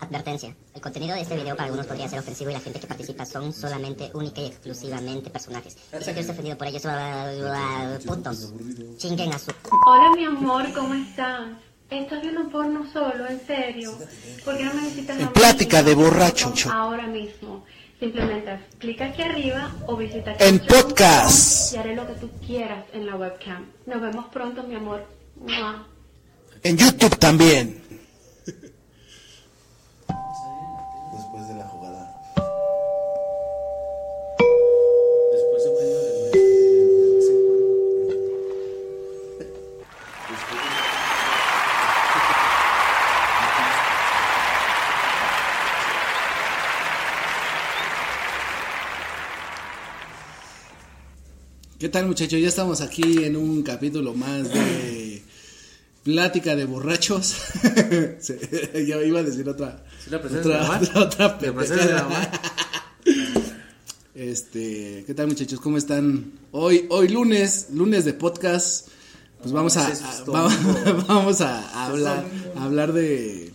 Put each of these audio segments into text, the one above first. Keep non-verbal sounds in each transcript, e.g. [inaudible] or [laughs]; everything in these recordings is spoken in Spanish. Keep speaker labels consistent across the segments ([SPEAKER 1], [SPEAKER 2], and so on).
[SPEAKER 1] Advertencia. El contenido de este video para algunos podría ser ofensivo y la gente que participa son solamente única y exclusivamente personajes. Y si eres ofendido por ellos, ah, puntos. Chinguen a su...
[SPEAKER 2] Hola mi amor, ¿cómo están? Estás viendo porno solo, en serio. ¿Por qué no me visitas
[SPEAKER 3] En plática de borracho.
[SPEAKER 2] Ahora mismo. Simplemente clica aquí arriba o visita
[SPEAKER 3] En
[SPEAKER 2] castro.com
[SPEAKER 3] podcast.
[SPEAKER 2] y haré lo que tú quieras en la webcam. Nos vemos pronto, mi amor. Mua.
[SPEAKER 3] En YouTube también.
[SPEAKER 4] Después de la jugada.
[SPEAKER 5] Después de un año de de vez en cuando.
[SPEAKER 6] ¿Qué tal muchachos? Ya estamos aquí en un capítulo más de Plática de Borrachos. [laughs] Sí, Yo iba a decir otra.
[SPEAKER 5] Sí, la presencia de la
[SPEAKER 6] otra,
[SPEAKER 5] mamá.
[SPEAKER 6] otra, [laughs] otra
[SPEAKER 5] La presencia de la mamá.
[SPEAKER 6] [laughs] Este, ¿qué tal muchachos? ¿Cómo están? Hoy, hoy lunes, lunes de podcast. Pues vamos a, [laughs]
[SPEAKER 5] Ese es
[SPEAKER 6] a-
[SPEAKER 5] domingo.
[SPEAKER 6] va- vamos a, hablar, a hablar de,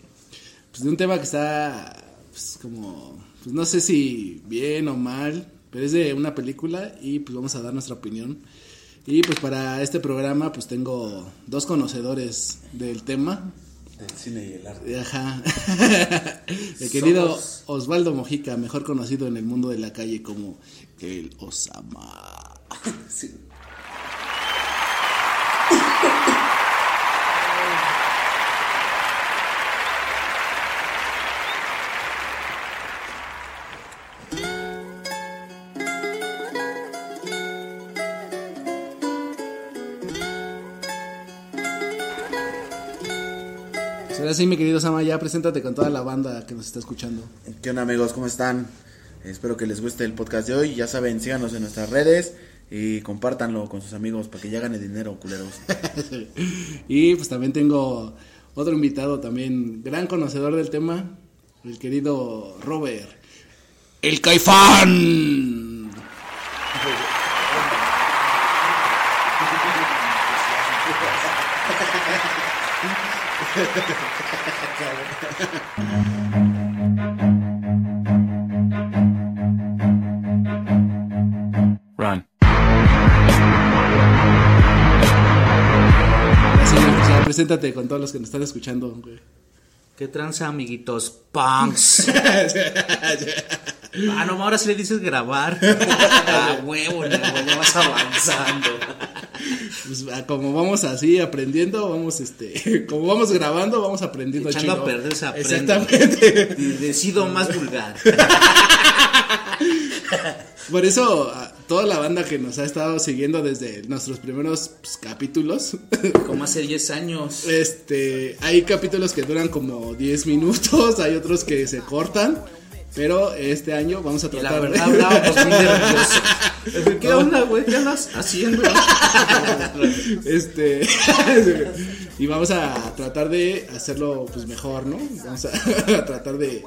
[SPEAKER 6] pues, de un tema que está, pues como, pues no sé si bien o mal, pero es de una película y pues vamos a dar nuestra opinión. Y pues para este programa pues tengo dos conocedores del tema.
[SPEAKER 4] El cine y el arte.
[SPEAKER 6] Ajá. [laughs] El querido
[SPEAKER 5] Somos-
[SPEAKER 6] Osvaldo Mojica, mejor conocido en el mundo de la calle como el Osama.
[SPEAKER 4] Sí.
[SPEAKER 6] Pues Ahora sí, mi querido Osama, ya preséntate con toda la banda que nos está escuchando.
[SPEAKER 4] ¿Qué onda amigos? ¿Cómo están? Espero que les guste el podcast de hoy. Ya saben, síganos en nuestras redes y compártanlo con sus amigos para que ya gane dinero, culeros.
[SPEAKER 6] Y pues también tengo otro invitado, también gran conocedor del tema, el querido Robert. El Caifán. Así que pues, ya, preséntate con todos los que nos están escuchando. güey.
[SPEAKER 5] ¿Qué tranza, amiguitos?
[SPEAKER 6] [laughs]
[SPEAKER 5] Punks. Ah, no, ahora sí le dices
[SPEAKER 6] [laughs]
[SPEAKER 5] grabar. Ah, huevo, no, ya vas avanzando.
[SPEAKER 6] Pues, ah, como vamos así aprendiendo, vamos este, [laughs] como vamos grabando, vamos aprendiendo.
[SPEAKER 5] Echando
[SPEAKER 6] chido.
[SPEAKER 5] a perder se aprende.
[SPEAKER 6] Exactamente. [laughs]
[SPEAKER 5] Y decido más vulgar.
[SPEAKER 6] Por eso, a toda la banda que nos ha estado siguiendo desde nuestros primeros pues, capítulos, [laughs]
[SPEAKER 5] Como hace 10 años.
[SPEAKER 6] este, hay capítulos que duran como 10 minutos, hay otros que se cortan, pero este año vamos a
[SPEAKER 5] Y
[SPEAKER 6] tratar
[SPEAKER 5] la
[SPEAKER 6] de-
[SPEAKER 5] verdad hablábamos muy
[SPEAKER 6] [laughs]
[SPEAKER 5] nerviosos. ¿Qué onda, güey? ¿Qué andas haciendo? Eh, pues,
[SPEAKER 6] [laughs] Este [laughs] y vamos a tratar de hacerlo pues mejor, ¿no? Vamos a, [laughs] tratar de,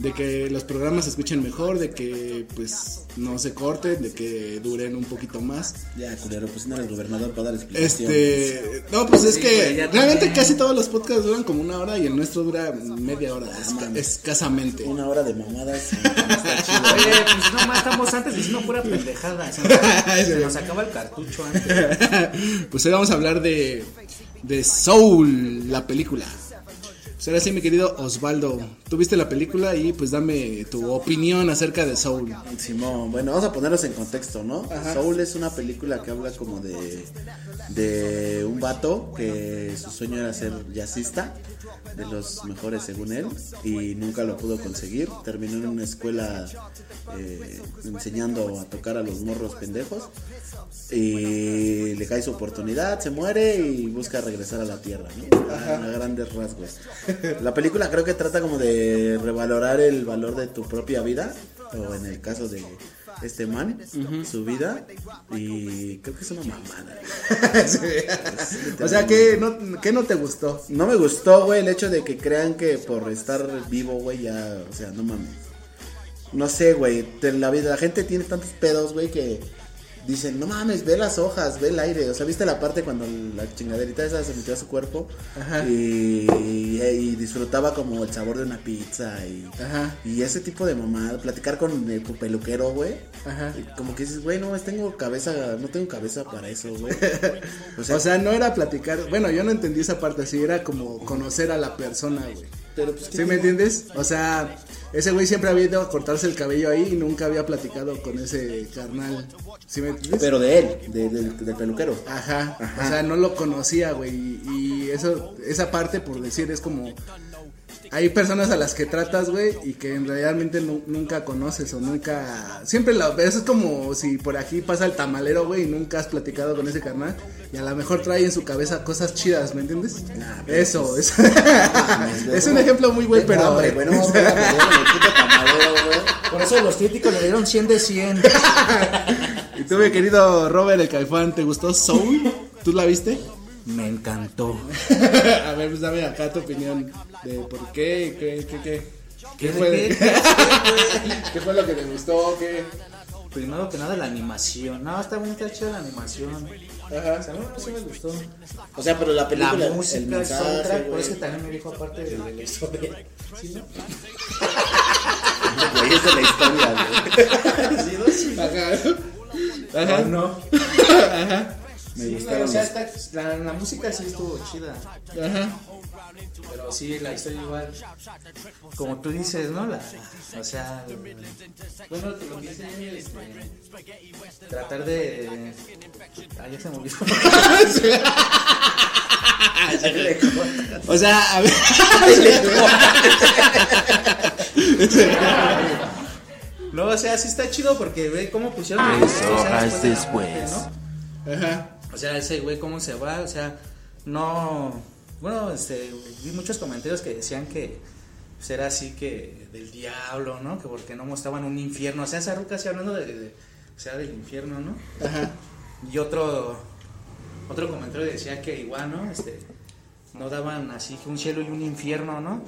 [SPEAKER 6] de que los programas se escuchen mejor, de que pues no se corten, de que duren un poquito más.
[SPEAKER 4] Ya, culero, pues no eres gobernador para dar explicaciones.
[SPEAKER 6] Este, no, pues es
[SPEAKER 5] Sí,
[SPEAKER 6] que
[SPEAKER 5] güey, ya
[SPEAKER 6] realmente
[SPEAKER 5] también.
[SPEAKER 6] casi todos los podcasts duran como una hora y el nuestro dura media hora, esca- escasamente.
[SPEAKER 4] Una hora de mamadas. Está chido.
[SPEAKER 5] Oye, pues no más estamos antes diciendo pura pendejada. Se
[SPEAKER 6] Ay,
[SPEAKER 5] nos,
[SPEAKER 6] se
[SPEAKER 5] se
[SPEAKER 6] me-
[SPEAKER 5] nos acaba el cartucho antes.
[SPEAKER 6] pues hoy vamos a hablar de, de Soul, la película. Pues ahora sí, mi querido Osvaldo, tú viste la película y pues dame tu opinión acerca de Soul.
[SPEAKER 4] Simón, bueno, vamos a ponerlos en contexto, ¿no? Soul es una película que habla como de, de un vato que su sueño era ser jazzista, de los mejores según él, y nunca lo pudo conseguir. Terminó en una escuela eh, enseñando a tocar a los morros pendejos, y le cae su oportunidad, se muere y busca regresar a la tierra, ¿no? A, a grandes rasgos. La película creo que trata como de revalorar el valor de tu propia vida, o en el caso de este man, su vida, y creo que es una mamada.
[SPEAKER 6] O sea, ¿qué no, qué no te gustó?
[SPEAKER 4] No me gustó, güey, el hecho de que crean que por estar vivo, güey, ya, o sea, no mames. No sé, güey, te- la vida, la gente tiene tantos pedos, güey, que dicen, no mames, ve las hojas, ve el aire. O sea, ¿viste la parte cuando la chingaderita esa se metió a su cuerpo? Y, y disfrutaba como el sabor de una pizza y,
[SPEAKER 6] Ajá.
[SPEAKER 4] y ese tipo de mamada. Platicar con el peluquero, güey.
[SPEAKER 6] Ajá.
[SPEAKER 4] Y Como que dices, güey, no, mames, tengo cabeza, no tengo cabeza para eso,
[SPEAKER 6] [laughs]
[SPEAKER 4] güey. O sea,
[SPEAKER 6] O sea, no era platicar. Bueno, yo no entendí esa parte así. Era como conocer a la persona, güey.
[SPEAKER 4] pero pues, ¿qué
[SPEAKER 6] ¿Sí me
[SPEAKER 4] tiene?
[SPEAKER 6] entiendes? O sea, ese güey siempre había ido a cortarse el cabello ahí y nunca había platicado con ese carnal. ¿Sí me entiendes?
[SPEAKER 4] Pero de él, de- del- del peluquero.
[SPEAKER 6] Ajá, o sea, no lo conocía, güey. Y, y eso, esa parte, por decir, es como. Hay personas a las que tratas, güey, y que en realmente nu- nunca conoces o nunca. Siempre la ves, es como si por aquí pasa el tamalero, güey, y nunca has platicado con ese carnal. Y a lo mejor trae en su cabeza cosas chidas, ¿me entiendes?
[SPEAKER 4] Ah,
[SPEAKER 6] eso, es. [laughs] es un ejemplo muy güey, pero.
[SPEAKER 4] pues, No, hombre, güey, no, hombre, la madera, güey, puto tamalero, güey.
[SPEAKER 7] Por eso los críticos le dieron 100 de 100.
[SPEAKER 6] y tú, mi querido Robert el Caifán, ¿te gustó Soul? ¿Tú la viste?
[SPEAKER 7] Me encantó.
[SPEAKER 6] [laughs] A ver, pues dame acá tu opinión de por qué, qué, qué, qué. ¿Qué
[SPEAKER 7] ¿Qué
[SPEAKER 6] fue,
[SPEAKER 7] de qué? [laughs]
[SPEAKER 6] ¿Qué fue lo que te gustó? ¿Qué?
[SPEAKER 7] Primero que nada la animación. No, está muy está chida la animación. O sea, a mí sí me gustó.
[SPEAKER 4] O sea, pero la
[SPEAKER 7] La
[SPEAKER 4] película, el
[SPEAKER 7] música, el
[SPEAKER 4] mensaje,
[SPEAKER 7] soundtrack, por
[SPEAKER 4] güey.
[SPEAKER 7] eso que también me dijo aparte de de la historia. ¿Sí, no?
[SPEAKER 4] [laughs] Güey, es de la historia, güey. [laughs]
[SPEAKER 6] Ajá.
[SPEAKER 7] ¿O Ah, no?
[SPEAKER 4] Me
[SPEAKER 7] Sí, güey,
[SPEAKER 4] gustaron
[SPEAKER 7] o sea,
[SPEAKER 4] los-
[SPEAKER 7] está- la, la música sí estuvo chida.
[SPEAKER 6] Ajá.
[SPEAKER 7] Pero sí, la historia igual. Como tú dices, ¿no? La, o sea, bueno, te lo que hice, este, tratar de. Ah, ya se me olvidó. [laughs]
[SPEAKER 6] O sea, a ver.
[SPEAKER 7] No, o sea, sí está chido porque ve cómo pusieron. Tres horas después. ¿no?
[SPEAKER 6] Ajá.
[SPEAKER 7] O sea, ese güey cómo se va, o sea, no. Bueno, este, vi muchos comentarios que decían que pues, era así que del diablo, ¿no? Que porque no mostraban un infierno. O sea, esa ruca sí hablando de, de- o sea, del infierno, ¿no?
[SPEAKER 6] Ajá.
[SPEAKER 7] Y otro otro comentario decía que igual, ¿no? Este, no daban así que un cielo y un infierno, ¿no?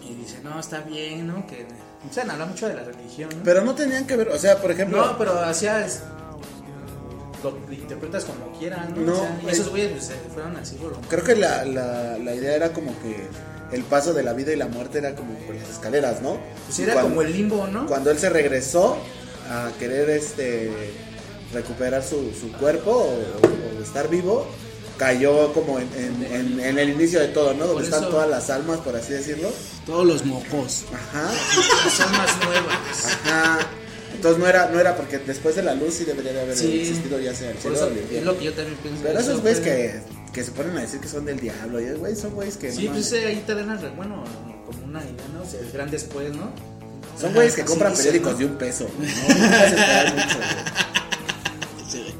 [SPEAKER 7] Y dice, no, está bien, ¿no? Que, o sea, habla mucho de la religión, ¿no?
[SPEAKER 4] Pero no tenían que ver, o sea, por ejemplo.
[SPEAKER 7] No, pero hacía es- lo interpretas como quieran, ¿no?
[SPEAKER 4] No,
[SPEAKER 7] O sea,
[SPEAKER 4] güey.
[SPEAKER 7] esos güeyes pues, eh, fueron así por lo
[SPEAKER 4] Creo que la, la, la idea era como que el paso de la vida y la muerte era como por las escaleras, ¿no?
[SPEAKER 7] Pues
[SPEAKER 4] Y
[SPEAKER 7] era
[SPEAKER 4] cuando-
[SPEAKER 7] como el limbo, ¿no?
[SPEAKER 4] Cuando él se regresó a querer este recuperar su, su cuerpo o, o estar vivo, cayó como en, en- en- en el inicio de todo, ¿no? Donde
[SPEAKER 7] Por
[SPEAKER 4] están
[SPEAKER 7] eso-
[SPEAKER 4] todas las almas, por así decirlo.
[SPEAKER 6] Todos los mocos.
[SPEAKER 4] Ajá,
[SPEAKER 7] Son más nuevas.
[SPEAKER 4] ajá. Entonces no era, no era porque después de la luz sí debería de haber
[SPEAKER 7] Sí.
[SPEAKER 4] existido ya sea el
[SPEAKER 7] Por
[SPEAKER 4] cielo
[SPEAKER 7] eso
[SPEAKER 4] o el infierno.
[SPEAKER 7] es lo que yo también pienso.
[SPEAKER 4] Pero
[SPEAKER 7] Eso
[SPEAKER 4] esos güeyes
[SPEAKER 7] fue-
[SPEAKER 4] que, que se ponen a decir que son del diablo, y, güey, son güeyes que.
[SPEAKER 7] Sí,
[SPEAKER 4] no
[SPEAKER 7] pues
[SPEAKER 4] mames.
[SPEAKER 7] eh, ahí te dan, el- bueno, como una idea, ¿no? O sea, el gran después, ¿no? eh,
[SPEAKER 4] son güeyes que
[SPEAKER 7] Así
[SPEAKER 4] compran
[SPEAKER 7] dicen,
[SPEAKER 4] periódicos
[SPEAKER 7] ¿no?
[SPEAKER 4] de un peso. güey, No, no puedes esperar mucho,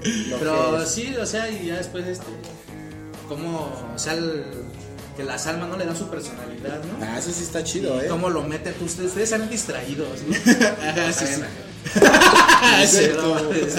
[SPEAKER 4] güey. Lo que
[SPEAKER 7] Pero
[SPEAKER 4] es.
[SPEAKER 7] [laughs] sí, o sea, y ya después, este, como, o sea, el- que las almas no le dan su personalidad, ¿no?
[SPEAKER 4] Ah, eso sí está chido, ¿eh?
[SPEAKER 7] ¿Cómo lo meten? Pues, Ustedes, ustedes salen distraídos,
[SPEAKER 4] [laughs]
[SPEAKER 7] ¿no? Ajá, sí, sí.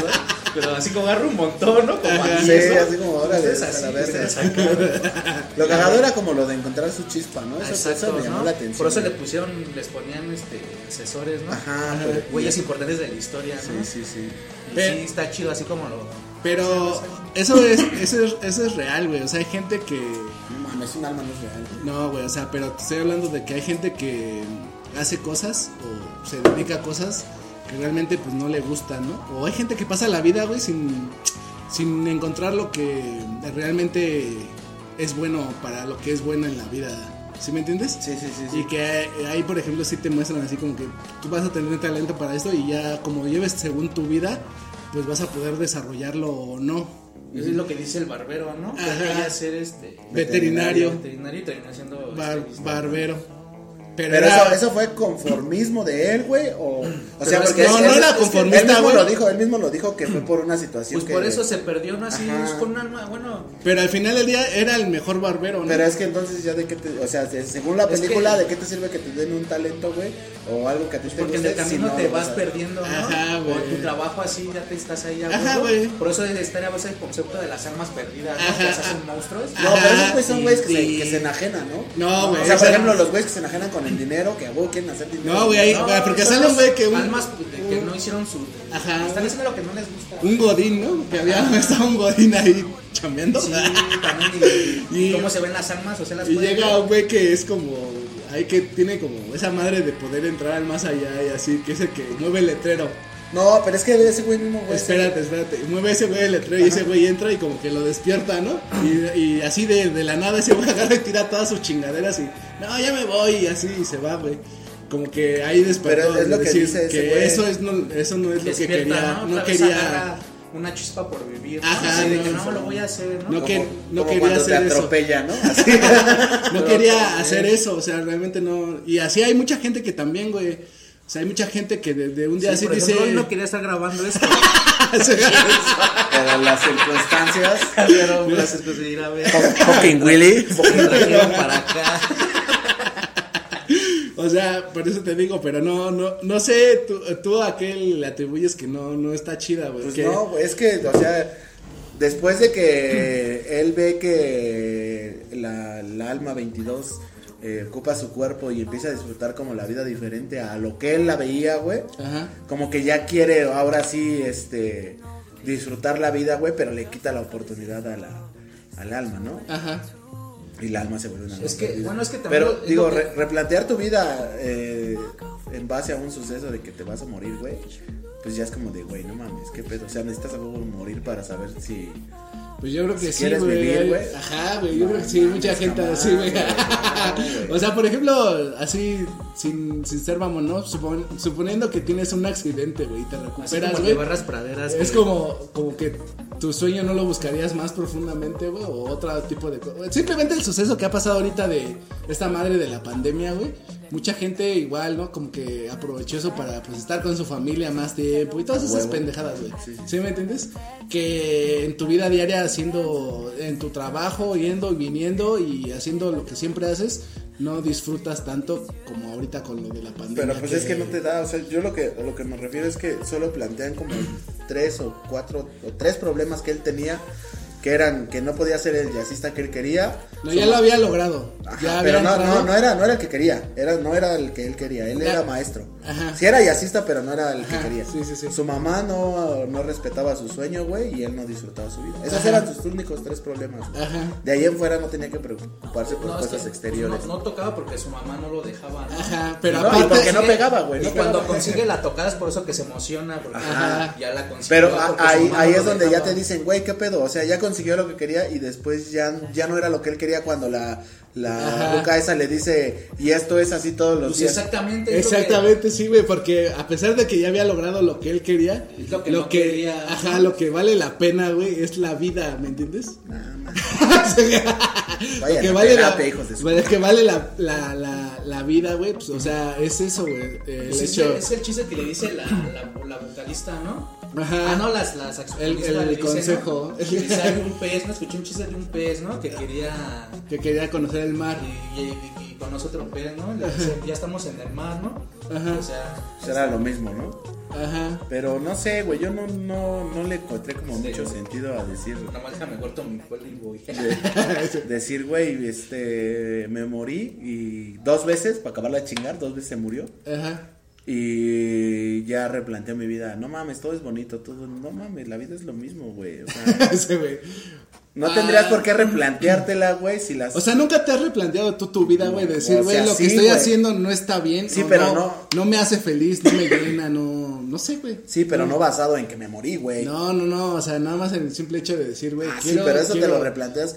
[SPEAKER 7] [laughs] Pero así como agarra un montón, ¿no? Como
[SPEAKER 4] Sí, así como, órale,
[SPEAKER 7] Ustedes
[SPEAKER 4] a la
[SPEAKER 7] así,
[SPEAKER 4] verga.
[SPEAKER 7] ustedes acá.
[SPEAKER 4] Lo cagado era como lo de encontrar su chispa, ¿no? Eso, eso
[SPEAKER 7] Exacto,
[SPEAKER 4] me llamó
[SPEAKER 7] ¿no?
[SPEAKER 4] la atención. ¿eh?
[SPEAKER 7] Por eso le
[SPEAKER 4] güey.
[SPEAKER 7] pusieron, les ponían este, asesores, ¿no?
[SPEAKER 4] Ajá, pero-
[SPEAKER 7] Huellas importantes de la historia, ¿no?
[SPEAKER 4] Sí, sí, sí.
[SPEAKER 7] Y sí, está chido así como lo...
[SPEAKER 6] Pero eso es, eso es, eso es real, güey. O sea, hay gente que.
[SPEAKER 4] No mames, un alma no es real.
[SPEAKER 6] No, güey, o sea, pero te estoy hablando de que hay gente que hace cosas o se dedica a cosas que realmente pues no le gustan, ¿no? O hay gente que pasa la vida, güey, sin, sin encontrar lo que realmente es bueno para lo que es bueno en la vida. ¿Sí me entiendes?
[SPEAKER 4] Sí, sí, sí.
[SPEAKER 6] Y
[SPEAKER 4] sí.
[SPEAKER 6] que eh, ahí, por ejemplo, sí te muestran así como que tú vas a tener talento para esto y ya como lleves según tu vida, pues vas a poder desarrollo o no.
[SPEAKER 7] Eso es lo que dice el barbero, ¿no? Que
[SPEAKER 6] Ajá.
[SPEAKER 7] quería ser este...
[SPEAKER 6] Veterinario,
[SPEAKER 7] Veterinario y terminó siendo...
[SPEAKER 6] bar-
[SPEAKER 7] este,
[SPEAKER 6] barbero. Pero,
[SPEAKER 4] Pero
[SPEAKER 6] era-
[SPEAKER 4] eso, eso fue conformismo de él, güey, o... O sea,
[SPEAKER 7] Pero es
[SPEAKER 4] porque
[SPEAKER 7] que- no, no
[SPEAKER 6] era
[SPEAKER 4] es que
[SPEAKER 6] conformista,
[SPEAKER 4] él mismo
[SPEAKER 6] güey.
[SPEAKER 4] lo dijo, él mismo lo dijo que fue por una situación
[SPEAKER 7] Pues
[SPEAKER 4] que...
[SPEAKER 7] por eso se perdió, ¿no? Así,
[SPEAKER 4] Ajá.
[SPEAKER 7] es con una... nueva- Bueno,
[SPEAKER 6] Pero al final del día era el mejor barbero, ¿no?
[SPEAKER 4] Pero es que entonces ya de qué te, o sea, de- según la
[SPEAKER 7] Es que-
[SPEAKER 4] película, ¿de qué te sirve que te den un talento, güey? O algo que a ti te
[SPEAKER 7] pues porque en
[SPEAKER 4] guste
[SPEAKER 7] el
[SPEAKER 4] si
[SPEAKER 7] camino
[SPEAKER 4] no
[SPEAKER 7] te
[SPEAKER 4] lo
[SPEAKER 7] vas
[SPEAKER 4] a-
[SPEAKER 7] perdiendo, ¿no?
[SPEAKER 6] Ajá,
[SPEAKER 7] o
[SPEAKER 6] güey.
[SPEAKER 7] tu trabajo así ya te estás ahí a
[SPEAKER 6] Ajá,
[SPEAKER 7] huevo.
[SPEAKER 6] güey.
[SPEAKER 7] Por eso es estar a base del concepto de las almas perdidas, ¿no? Que se hacen monstruos.
[SPEAKER 4] No, pero esos güeyes son
[SPEAKER 6] Ajá,
[SPEAKER 4] güeyes que,
[SPEAKER 6] y-
[SPEAKER 4] se- que se enajenan, ¿no?
[SPEAKER 6] No, güey,
[SPEAKER 4] O sea,
[SPEAKER 6] esa-
[SPEAKER 4] por ejemplo, los güeyes que se enajenan con con el dinero, que a huevo quieren hacer dinero.
[SPEAKER 6] No, güey, ahí, güey, porque sale un güey que un,
[SPEAKER 7] Almas que no hicieron su.
[SPEAKER 6] Ajá.
[SPEAKER 7] Están haciendo lo que no les gusta.
[SPEAKER 6] un godín, ¿no? Que había [laughs] estaba un godín ahí chambeando.
[SPEAKER 7] Sí, también. Y,
[SPEAKER 6] Y-
[SPEAKER 7] cómo se ven las almas, o sea, las
[SPEAKER 6] Y
[SPEAKER 7] pueden
[SPEAKER 6] llega
[SPEAKER 7] ver.
[SPEAKER 6] un güey que es como. Hay que tiene como esa madre de poder entrar al más allá y así, que es el que mueve el letrero.
[SPEAKER 4] No, pero es que ese güey mismo, güey.
[SPEAKER 6] espérate, espérate. Mueve ese güey el letrero y ese güey entra y como que lo despierta, ¿no? Y, y así de, de la nada ese güey [laughs] agarra y tira todas sus chingaderas y. No, ya me voy y así y se va, güey. Como que ahí despertó.
[SPEAKER 4] Pero es lo que
[SPEAKER 6] decir,
[SPEAKER 4] dice ese
[SPEAKER 6] que
[SPEAKER 4] güey.
[SPEAKER 6] eso, es, no, eso no es lo que
[SPEAKER 7] Despierta,
[SPEAKER 6] quería.
[SPEAKER 7] ¿no?
[SPEAKER 6] No,
[SPEAKER 7] Otra vez
[SPEAKER 6] quería.
[SPEAKER 7] agarra Una chispa por vivir. ¿no?
[SPEAKER 6] Ajá,
[SPEAKER 7] Así de
[SPEAKER 6] no,
[SPEAKER 7] que,
[SPEAKER 6] eso
[SPEAKER 7] no, lo
[SPEAKER 6] no.
[SPEAKER 7] voy a hacer, ¿no?
[SPEAKER 6] No
[SPEAKER 4] Como-
[SPEAKER 6] que- no
[SPEAKER 4] como
[SPEAKER 6] quería
[SPEAKER 4] cuando
[SPEAKER 6] hacer
[SPEAKER 4] te
[SPEAKER 6] eso.
[SPEAKER 4] atropella,
[SPEAKER 6] [laughs]
[SPEAKER 4] ¿no? Así.
[SPEAKER 6] No
[SPEAKER 4] Pero,
[SPEAKER 6] quería
[SPEAKER 4] eh,
[SPEAKER 6] hacer eso, o sea, realmente no. Y así hay mucha gente que también, güey. O sea, hay mucha gente que de, de un
[SPEAKER 7] Sí,
[SPEAKER 6] día así
[SPEAKER 7] por
[SPEAKER 6] dice.
[SPEAKER 7] ejemplo,
[SPEAKER 6] [laughs]
[SPEAKER 7] hoy no quería estar grabando esto.
[SPEAKER 4] Para las
[SPEAKER 6] [laughs]
[SPEAKER 4] circunstancias.
[SPEAKER 7] pero gracias por seguir a ver. [laughs]
[SPEAKER 4] Fucking Willy.
[SPEAKER 7] Me trajeron para acá.
[SPEAKER 6] o sea, por eso te digo, pero no, no, no sé, tú, tú a qué le atribuyes que no, no está chida, güey.
[SPEAKER 4] Pues
[SPEAKER 6] que-
[SPEAKER 4] no, güey, es que, o sea, después de
[SPEAKER 6] Mm.
[SPEAKER 4] que él ve que la, la alma 22 eh, ocupa su cuerpo y empieza a disfrutar como la vida diferente a lo que él la veía, güey,
[SPEAKER 6] Ajá.
[SPEAKER 4] como que ya quiere ahora sí, este, disfrutar la vida, güey, pero le quita la oportunidad a la, al alma, ¿no?
[SPEAKER 6] Ajá.
[SPEAKER 4] Y la alma se vuelve una loca,
[SPEAKER 7] Es que,
[SPEAKER 4] digo.
[SPEAKER 7] bueno, es que también
[SPEAKER 4] Pero,
[SPEAKER 7] lo- es
[SPEAKER 4] digo,
[SPEAKER 7] lo que-
[SPEAKER 4] re- replantear tu vida eh, en base a un suceso de que te vas a morir, güey. Pues ya es como de, güey, no mames, qué pedo. O sea, necesitas a huevo morir para saber si.
[SPEAKER 6] Pues yo creo que
[SPEAKER 4] Si
[SPEAKER 6] sí,
[SPEAKER 4] quieres vivir, güey.
[SPEAKER 6] Ajá, güey, yo
[SPEAKER 4] No
[SPEAKER 6] creo que sí, mucha
[SPEAKER 4] mames,
[SPEAKER 6] gente
[SPEAKER 4] jamás,
[SPEAKER 6] así, güey.
[SPEAKER 4] güey,
[SPEAKER 7] [laughs]
[SPEAKER 4] jamás, güey.
[SPEAKER 6] [laughs] o sea, por ejemplo, así, sin, sin ser mamón, ¿no? Supon- suponiendo que tienes un accidente, güey, y te
[SPEAKER 7] Así
[SPEAKER 6] recuperas,
[SPEAKER 7] como que
[SPEAKER 6] güey.
[SPEAKER 7] barras praderas.
[SPEAKER 6] Es
[SPEAKER 7] que-
[SPEAKER 6] como, como que tu sueño no lo buscarías más profundamente, güey, o otro tipo de cosas. Simplemente el suceso que ha pasado ahorita de esta madre de la pandemia, güey. Mucha gente igual, ¿no? Como que aprovechó eso para pues, estar con su familia más tiempo y todas esas
[SPEAKER 4] huevo.
[SPEAKER 6] pendejadas, güey.
[SPEAKER 4] Sí.
[SPEAKER 6] Sí. me entiendes? Que en tu vida diaria haciendo, en tu trabajo, yendo y viniendo y haciendo lo que siempre haces, no disfrutas tanto como ahorita con lo de la pandemia.
[SPEAKER 4] Pero pues es que no te da. O sea, yo lo que, a lo que me refiero es que solo plantean como tres o cuatro o tres problemas que él tenía. Que eran que no podía ser el jazzista que él quería.
[SPEAKER 6] No,
[SPEAKER 4] Su-
[SPEAKER 6] ya lo había logrado.
[SPEAKER 4] Ajá,
[SPEAKER 6] ya
[SPEAKER 4] pero
[SPEAKER 6] había
[SPEAKER 4] no, no,
[SPEAKER 6] entrado.
[SPEAKER 4] no era, no era el que quería, era, no era el que él quería, él
[SPEAKER 6] Ya.
[SPEAKER 4] era maestro.
[SPEAKER 6] Ajá.
[SPEAKER 4] Sí era jazzista, pero no era el que
[SPEAKER 6] Ajá,
[SPEAKER 4] quería.
[SPEAKER 6] sí, sí, sí.
[SPEAKER 4] Su mamá no, no respetaba su sueño, güey, y él no disfrutaba su vida. Esos
[SPEAKER 6] Ajá.
[SPEAKER 4] eran sus únicos tres problemas. güey.
[SPEAKER 6] Ajá.
[SPEAKER 4] De ahí en fuera no tenía que preocuparse por
[SPEAKER 7] No, es
[SPEAKER 4] cosas
[SPEAKER 7] que
[SPEAKER 4] exteriores.
[SPEAKER 7] No, no tocaba porque su mamá no lo dejaba. ¿no?
[SPEAKER 6] Ajá, pero
[SPEAKER 4] No, y
[SPEAKER 6] aparte.
[SPEAKER 4] porque no pegaba, güey,
[SPEAKER 7] Y
[SPEAKER 4] no
[SPEAKER 7] cuando
[SPEAKER 4] pegaba.
[SPEAKER 7] consigue la tocada es por eso que se emociona, porque
[SPEAKER 4] Ajá.
[SPEAKER 7] ya la consiguió.
[SPEAKER 4] Pero a-
[SPEAKER 7] porque su
[SPEAKER 4] ahí,
[SPEAKER 7] mamá
[SPEAKER 4] ahí
[SPEAKER 7] no
[SPEAKER 4] es
[SPEAKER 7] lo
[SPEAKER 4] donde ya
[SPEAKER 7] dejaba.
[SPEAKER 4] te dicen, güey, qué pedo. O sea, ya consiguió lo que quería y después ya, ya no era lo que él quería cuando la, la
[SPEAKER 6] Ajá.
[SPEAKER 4] ruca esa le dice, y esto es así todos los
[SPEAKER 7] Pues
[SPEAKER 4] días.
[SPEAKER 7] exactamente. es lo que-
[SPEAKER 6] Exactamente, sí, güey, porque a pesar de que ya había logrado lo que él quería,
[SPEAKER 7] Es lo que no quería.
[SPEAKER 6] ajá, lo que vale la pena, güey, es la vida, ¿me entiendes?
[SPEAKER 4] Vayan
[SPEAKER 6] lo [laughs] que
[SPEAKER 4] a
[SPEAKER 6] vale
[SPEAKER 4] terapia,
[SPEAKER 6] la,
[SPEAKER 4] hijos de su-
[SPEAKER 6] lo que vale la, la, la, la vida, güey, pues, o sea, es eso, güey, eh, el
[SPEAKER 7] pues es,
[SPEAKER 6] hecho,
[SPEAKER 7] el- es el chiste que le dice la, la, la vocalista, ¿no?
[SPEAKER 6] Ajá.
[SPEAKER 7] Ah, no, las, las saxofonistas
[SPEAKER 6] El- el
[SPEAKER 7] le dicen,
[SPEAKER 6] consejo.
[SPEAKER 7] ¿no? Que dice, "Hay un pez, no escuché un chiste de un pez, ¿no? Que quería
[SPEAKER 6] que quería conocer el mar.
[SPEAKER 7] y, y- y- y con nosotros pez, ¿no? Le dice, ya estamos en el mar, ¿no?
[SPEAKER 6] Ajá.
[SPEAKER 7] O sea,
[SPEAKER 4] Será lo mismo, ¿no?
[SPEAKER 6] Ajá.
[SPEAKER 4] Pero no sé, güey, yo no, no, no le encontré como mucho sentido a decir,
[SPEAKER 7] nomás déjame corto mi cuello y voy.
[SPEAKER 6] [laughs]
[SPEAKER 4] decir, güey, este, me morí y dos veces, para acabarla de chingar, dos veces se murió.
[SPEAKER 6] Ajá. [laughs]
[SPEAKER 4] Y ya replanteé mi vida, no mames, todo es bonito, todo, no mames, la vida es lo mismo, güey. O sea,
[SPEAKER 6] Ese, güey.
[SPEAKER 4] no
[SPEAKER 6] Ah.
[SPEAKER 4] tendrías por qué replanteártela, güey, si las...
[SPEAKER 6] O sea, nunca te has replanteado tú tu vida, güey, decir,
[SPEAKER 4] O sea,
[SPEAKER 6] güey, lo
[SPEAKER 4] sí,
[SPEAKER 6] que estoy
[SPEAKER 4] güey.
[SPEAKER 6] haciendo no está bien.
[SPEAKER 4] Sí,
[SPEAKER 6] o
[SPEAKER 4] pero
[SPEAKER 6] no,
[SPEAKER 4] no.
[SPEAKER 6] no me hace feliz, no me llena, no, no sé, güey.
[SPEAKER 4] sí, pero no basado en que me morí, güey.
[SPEAKER 6] No, no, no, o sea, nada más en el simple hecho de decir, güey,
[SPEAKER 4] Ah, sí,
[SPEAKER 6] quiero-
[SPEAKER 4] pero eso te
[SPEAKER 6] quiero-
[SPEAKER 4] lo replanteas